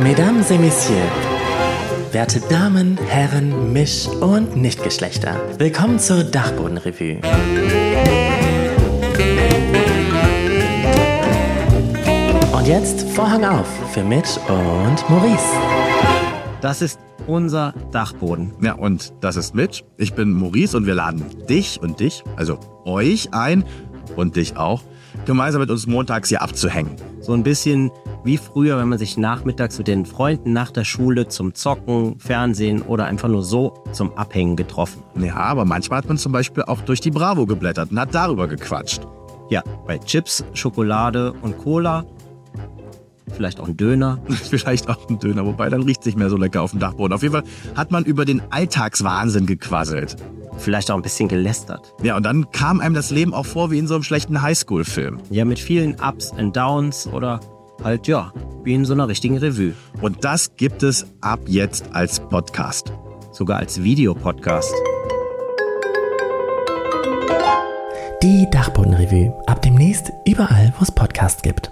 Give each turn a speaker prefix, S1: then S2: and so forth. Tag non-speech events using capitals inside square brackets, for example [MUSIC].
S1: Mesdames et Messieurs, werte Damen, Herren, Misch- und Nichtgeschlechter, willkommen zur Dachbodenrevue. Und jetzt Vorhang auf für Mitch und Maurice.
S2: Das ist unser Dachboden.
S3: Ja, und das ist Mitch. Ich bin Maurice und wir laden dich und dich, also euch ein und dich auch, gemeinsam mit uns montags hier abzuhängen.
S2: So ein bisschen wie früher, wenn man sich nachmittags mit den Freunden nach der Schule zum Zocken, Fernsehen oder einfach nur so zum Abhängen getroffen.
S3: Ja, aber manchmal hat man zum Beispiel auch durch die Bravo geblättert und hat darüber gequatscht. [LAUGHS]
S2: Ja, bei Chips, Schokolade und Cola. Vielleicht auch ein Döner.
S3: Vielleicht auch ein Döner, wobei dann riecht es nicht mehr so lecker auf dem Dachboden. Auf jeden Fall hat man über den Alltagswahnsinn gequasselt.
S2: Vielleicht auch ein bisschen gelästert.
S3: Ja, und dann kam einem das Leben auch vor wie in so einem schlechten Highschool-Film.
S2: Ja, mit vielen Ups und Downs oder halt ja, wie in so einer richtigen Revue.
S3: Und das gibt es ab jetzt als Podcast.
S2: Sogar als Videopodcast.
S1: Die Dachbodenrevue. Ab demnächst überall, wo es Podcasts gibt.